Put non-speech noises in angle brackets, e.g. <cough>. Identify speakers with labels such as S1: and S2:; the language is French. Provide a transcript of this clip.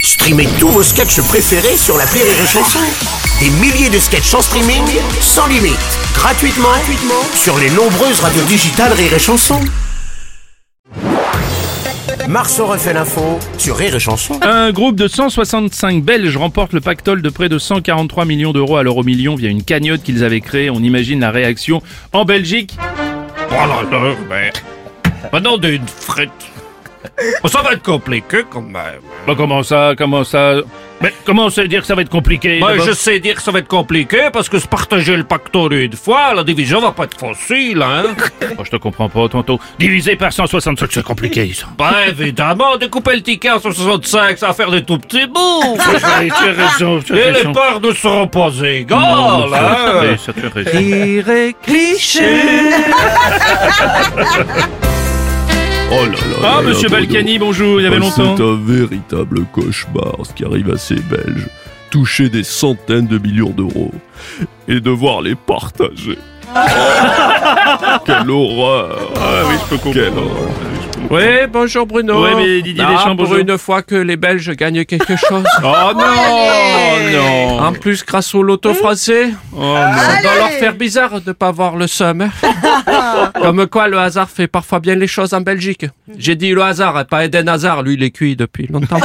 S1: Streamez tous vos sketchs préférés sur la Rire et Chanson. Des milliers de sketchs en streaming, sans limite, gratuitement, gratuitement sur les nombreuses radios digitales Rire et Chanson. Marceau refait l'info sur Rire et Chanson.
S2: Un groupe de 165 Belges remporte le pactole de près de 143 millions d'euros à l'euro million via une cagnotte qu'ils avaient créée. On imagine la réaction en Belgique. Oh là là, mais maintenant on a une frette. Oh, Ça va être compliqué quand même.
S3: Bah, comment ça, comment ça Mais comment ça veut dire que ça va être compliqué
S2: Moi,
S3: d'abord
S2: Ben, Bah, je sais dire que ça va être compliqué parce que se partager le pactole une fois, la division va pas être facile,
S3: <laughs>
S2: hein.
S3: Oh, je te comprends pas, Tonto. Divisé par 167, c'est <laughs> compliqué, ça.
S2: Bah évidemment, découper le ticket en 165, ça va faire des tout petits bouts.
S3: Ouais, tu as raison, tu as
S2: Et les
S3: raison.
S2: parts ne seront pas Oh, égales,
S3: Non, Ah, mais ça,
S2: hein.
S3: mais ça, tu as raison.
S4: Oh là là
S3: Ah,
S4: là
S3: monsieur
S4: là,
S3: Balkany, bonjour, il y
S4: Bordeaux.
S3: avait
S4: Ah,
S3: longtemps.
S4: C'est un véritable cauchemar ce qui arrive à ces Belges. Toucher des centaines de millions d'euros et devoir les <laughs> partager. Quelle horreur Ah oui, je peux comprendre.
S5: Oui, bonjour Bruno.
S3: Ouais, mais Didier
S5: Ah,
S3: Deschamps,
S5: pour
S3: bonjour.
S5: une fois que les Belges gagnent quelque chose.
S3: Oh non, non.
S5: En plus, grâce au loto français, ça doit leur faire bizarre de pas voir le seum. hein. Comme quoi, le hasard fait parfois bien les choses en Belgique. J'ai dit le hasard, pas Eden Hazard, lui, il est cuit depuis longtemps.